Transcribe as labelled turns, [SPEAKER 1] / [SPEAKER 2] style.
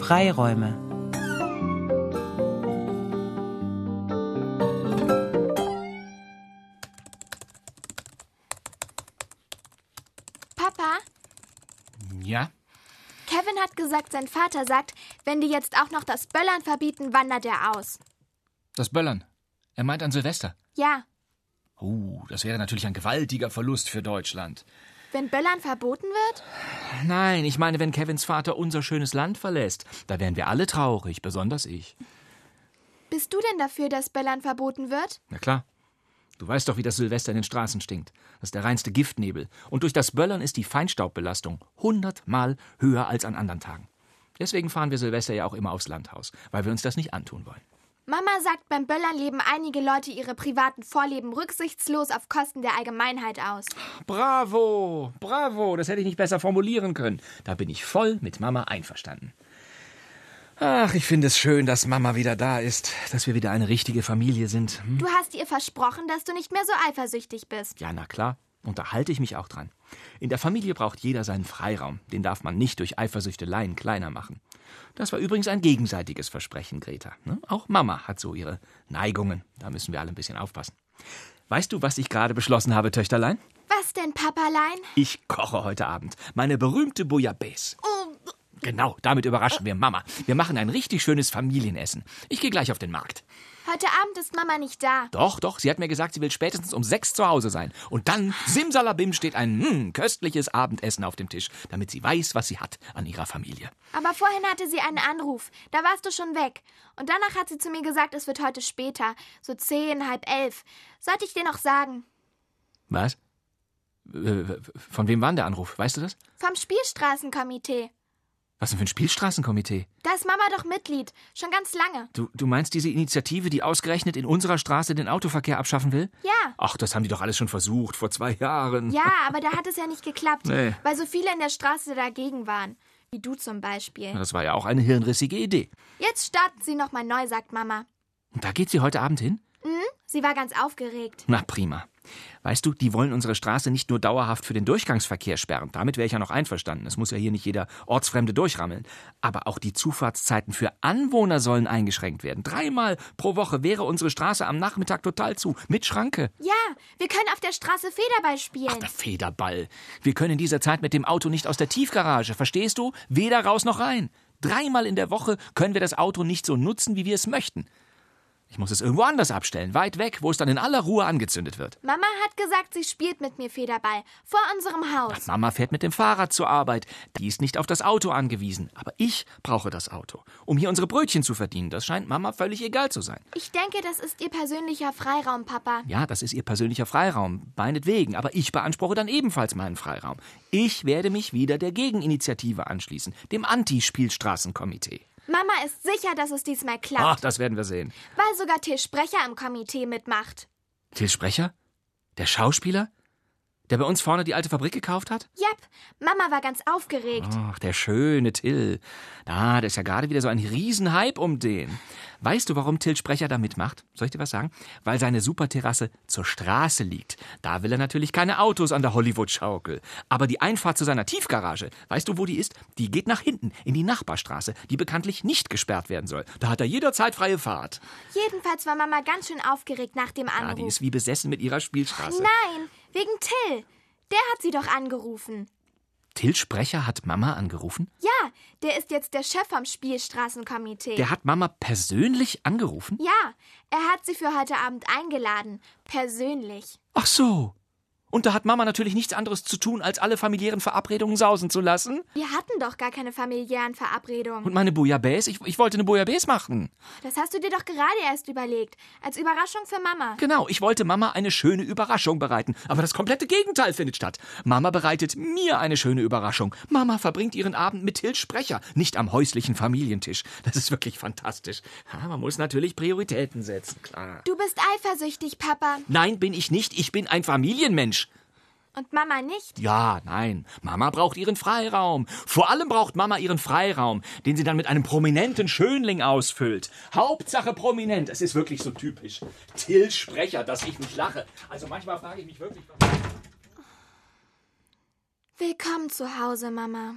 [SPEAKER 1] Freiräume.
[SPEAKER 2] Papa,
[SPEAKER 3] Ja?
[SPEAKER 2] Kevin hat gesagt, sein Vater sagt, wenn die jetzt auch noch das Böllern verbieten, wandert er aus.
[SPEAKER 3] Das Böllern. Er meint an Silvester.
[SPEAKER 2] Ja,
[SPEAKER 3] Oh, das wäre natürlich ein gewaltiger Verlust für Deutschland.
[SPEAKER 2] wenn Böllern verboten wird?
[SPEAKER 3] Nein, ich meine, wenn Kevins Vater unser schönes Land verlässt, da wären wir alle traurig, besonders ich.
[SPEAKER 2] Bist du denn dafür, dass Böllern verboten wird?
[SPEAKER 3] Na klar. Du weißt doch, wie das Silvester in den Straßen stinkt. Das ist der reinste Giftnebel. Und durch das Böllern ist die Feinstaubbelastung hundertmal höher als an anderen Tagen. Deswegen fahren wir Silvester ja auch immer aufs Landhaus, weil wir uns das nicht antun wollen.
[SPEAKER 2] Mama sagt, beim Böllern leben einige Leute ihre privaten Vorlieben rücksichtslos auf Kosten der Allgemeinheit aus.
[SPEAKER 3] Bravo, bravo, das hätte ich nicht besser formulieren können. Da bin ich voll mit Mama einverstanden. Ach, ich finde es schön, dass Mama wieder da ist, dass wir wieder eine richtige Familie sind. Hm?
[SPEAKER 2] Du hast ihr versprochen, dass du nicht mehr so eifersüchtig bist.
[SPEAKER 3] Ja, na klar, und da halte ich mich auch dran. In der Familie braucht jeder seinen Freiraum, den darf man nicht durch Eifersüchteleien kleiner machen. Das war übrigens ein gegenseitiges Versprechen, Greta. ne? Auch Mama hat so ihre Neigungen, da müssen wir alle ein bisschen aufpassen. Weißt du, was ich gerade beschlossen habe, Töchterlein?
[SPEAKER 2] Was denn, Papalein?
[SPEAKER 3] Ich koche heute Abend meine berühmte Bouillabaisse. Genau, damit überraschen wir Mama. Wir machen ein richtig schönes Familienessen. Ich gehe gleich auf den Markt.
[SPEAKER 2] Heute Abend ist Mama nicht da.
[SPEAKER 3] Doch, doch, sie hat mir gesagt, sie will spätestens um sechs zu Hause sein. Und dann, simsalabim, steht ein mm, köstliches Abendessen auf dem Tisch, damit sie weiß, was sie hat an ihrer Familie.
[SPEAKER 2] Aber vorhin hatte sie einen Anruf. Da warst du schon weg. Und danach hat sie zu mir gesagt, es wird heute später. So zehn, halb elf. Sollte ich dir noch sagen.
[SPEAKER 3] Was? Äh, Von wem war denn der Anruf? Weißt du das?
[SPEAKER 2] Vom Spielstraßenkomitee.
[SPEAKER 3] Was denn für ein Spielstraßenkomitee?
[SPEAKER 2] Da ist Mama doch Mitglied. Schon ganz lange.
[SPEAKER 3] Du, du meinst diese Initiative, die ausgerechnet in unserer Straße den Autoverkehr abschaffen will?
[SPEAKER 2] Ja.
[SPEAKER 3] Ach, das haben die doch alles schon versucht, vor zwei Jahren.
[SPEAKER 2] Ja, aber da hat es ja nicht geklappt,
[SPEAKER 3] Nee.
[SPEAKER 2] weil so viele in der Straße dagegen waren. Wie du zum Beispiel.
[SPEAKER 3] Das war ja auch eine hirnrissige Idee.
[SPEAKER 2] Jetzt starten sie nochmal neu, sagt Mama.
[SPEAKER 3] Und da geht sie heute Abend hin?
[SPEAKER 2] Sie war ganz aufgeregt.
[SPEAKER 3] Na prima. Weißt du, die wollen unsere Straße nicht nur dauerhaft für den Durchgangsverkehr sperren. Damit wäre ich ja noch einverstanden. Es muss ja hier nicht jeder Ortsfremde durchrammeln. Aber auch die Zufahrtszeiten für Anwohner sollen eingeschränkt werden. Dreimal pro Woche wäre unsere Straße am Nachmittag total zu. Mit Schranke.
[SPEAKER 2] Ja, wir können auf der Straße Federball spielen.
[SPEAKER 3] Der Federball. Wir können in dieser Zeit mit dem Auto nicht aus der Tiefgarage. Verstehst du? Weder raus noch rein. Dreimal in der Woche können wir das Auto nicht so nutzen, wie wir es möchten. Ich muss es irgendwo anders abstellen. Weit weg, wo es dann in aller Ruhe angezündet wird.
[SPEAKER 2] Mama hat gesagt, sie spielt mit mir Federball. Vor unserem Haus.
[SPEAKER 3] Mama fährt mit dem Fahrrad zur Arbeit. Die ist nicht auf das Auto angewiesen. Aber ich brauche das Auto, um hier unsere Brötchen zu verdienen. Das scheint Mama völlig egal zu sein.
[SPEAKER 2] Ich denke, das ist ihr persönlicher Freiraum, Papa.
[SPEAKER 3] Ja, das ist ihr persönlicher Freiraum, meinetwegen. Aber ich beanspruche dann ebenfalls meinen Freiraum. Ich werde mich wieder der Gegeninitiative anschließen, dem Anti-Spielstraßenkomitee.
[SPEAKER 2] Mama ist sicher, dass es diesmal
[SPEAKER 3] Ach,
[SPEAKER 2] klappt,
[SPEAKER 3] das werden wir sehen.
[SPEAKER 2] weil sogar Till Sprecher im Komitee mitmacht.
[SPEAKER 3] Till Sprecher? Der Schauspieler? Der bei uns vorne die alte Fabrik gekauft hat?
[SPEAKER 2] Jep, Mama war ganz aufgeregt.
[SPEAKER 3] Ach, der schöne Till. Da, da ist ja gerade wieder so ein Riesenhype um den. Weißt du, warum Till Sprecher da mitmacht? Soll ich dir was sagen? Weil seine Superterrasse zur Straße liegt. Da will er natürlich keine Autos an der Hollywood-Schaukel. Aber die Einfahrt zu seiner Tiefgarage, weißt du, wo die ist? Die geht nach hinten, in die Nachbarstraße, die bekanntlich nicht gesperrt werden soll. Da hat er jederzeit freie Fahrt.
[SPEAKER 2] Jedenfalls war Mama ganz schön aufgeregt nach dem
[SPEAKER 3] Ja, die
[SPEAKER 2] Anruf.
[SPEAKER 3] ist wie besessen mit ihrer Spielstraße.
[SPEAKER 2] Nein, wegen Till. Der hat sie doch angerufen.
[SPEAKER 3] Till Sprecher hat Mama angerufen?
[SPEAKER 2] Ja, der ist jetzt der Chef vom Spielstraßenkomitee.
[SPEAKER 3] Der hat Mama persönlich angerufen?
[SPEAKER 2] ja, er hat sie für heute Abend eingeladen. Persönlich.
[SPEAKER 3] Ach so. Und da hat Mama natürlich nichts anderes zu tun, als alle familiären Verabredungen sausen zu lassen.
[SPEAKER 2] Wir hatten doch gar keine familiären Verabredungen.
[SPEAKER 3] Und meine Bouillabaisse, ich, ich wollte eine Bouillabaisse machen.
[SPEAKER 2] Das hast du dir doch gerade erst überlegt. Als Überraschung für Mama.
[SPEAKER 3] Genau, ich wollte Mama eine schöne Überraschung bereiten. Aber das komplette Gegenteil findet statt. Mama bereitet mir eine schöne Überraschung. Mama verbringt ihren Abend mit Till Sprecher, nicht am häuslichen Familientisch. Das ist wirklich fantastisch. Ja, man muss natürlich Prioritäten setzen, klar.
[SPEAKER 2] Du bist eifersüchtig, Papa.
[SPEAKER 3] Nein, bin ich nicht. Ich bin ein Familienmensch.
[SPEAKER 2] Und Mama nicht?
[SPEAKER 3] Ja, nein. Mama braucht ihren Freiraum. Vor allem braucht Mama ihren Freiraum, den sie dann mit einem prominenten Schönling ausfüllt. Hauptsache prominent. Es ist wirklich so typisch. Till Sprecher, dass ich nicht lache. Also manchmal frage ich mich wirklich.
[SPEAKER 2] Willkommen zu Hause, Mama.